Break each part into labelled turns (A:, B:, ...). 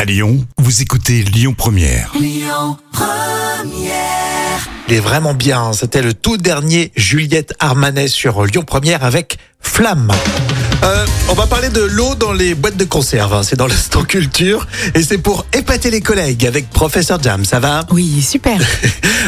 A: À Lyon, vous écoutez Lyon Première.
B: Il est vraiment bien. hein. C'était le tout dernier Juliette Armanet sur Lyon Première avec Flamme. Euh, on va parler de l'eau dans les boîtes de conserve. hein. C'est dans l'instant culture et c'est pour épater les collègues avec Professeur Jam. Ça va
C: Oui, super.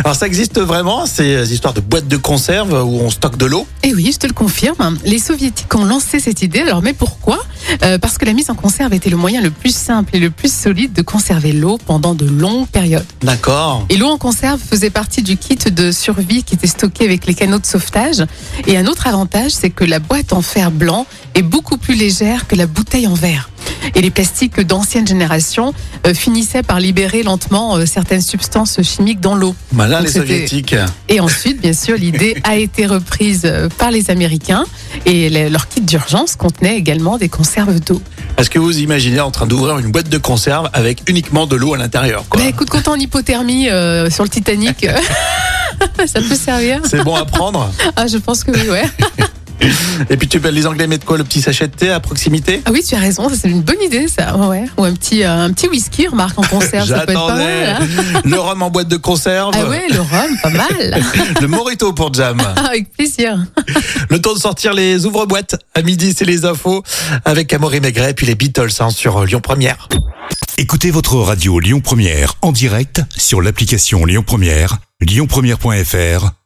B: Alors ça existe vraiment ces histoires de boîtes de conserve où on stocke de l'eau
C: Et Eh oui, je te le confirme. Les soviétiques ont lancé cette idée. Alors, mais pourquoi Euh, Parce que la mise en conserve était le moyen le plus simple et le plus solide de conserver l'eau pendant de longues périodes.
B: D'accord.
C: Et l'eau en conserve faisait partie du kit de survie qui était stocké avec les canaux de sauvetage. Et un autre avantage, c'est que la boîte en fer blanc est beaucoup plus légère que la bouteille en verre. Et les plastiques d'ancienne génération euh, finissaient par libérer lentement euh, certaines substances chimiques dans l'eau.
B: Malin
C: Donc
B: Ben les
C: c'était-
B: soviétiques.
C: Et ensuite, bien sûr, l'idée a été reprise euh, par les Américains et le- leur kit d'urgence contenait également des conserves d'eau.
B: Est-ce que vous imaginez en train d'ouvrir une boîte de conserve avec uniquement de l'eau à l'intérieur quoi
C: Bah, écoute, quand t'es en hypothermie euh, sur le Titanic, ça peut servir
B: C'est bon à prendre.
C: Ah, je pense que oui, ouais.
B: Et puis tu peux les Anglais mettre quoi Le petit sachet de thé à proximité
C: Ah oui, tu as raison, ça, c'est une bonne idée, ça. Ouais. Ou un petit, euh, un petit whisky, remarque, en conserve, ça peut être pas
B: J'attendais
C: mal. hein.
B: le rhum en boîte de conserve,
C: ah ouais, le rhum, pas mal. Ah,
B: le morito pour Jam.
C: Avec plaisir.
B: Le temps de sortir les ouvre-boîtes. À midi, c'est les infos avec Amaury Maigret et puis les Beatles hein, sur Lyon Première.
A: Écoutez votre radio Lyon Première en direct sur l'application Lyon Première, lyonpremière.fr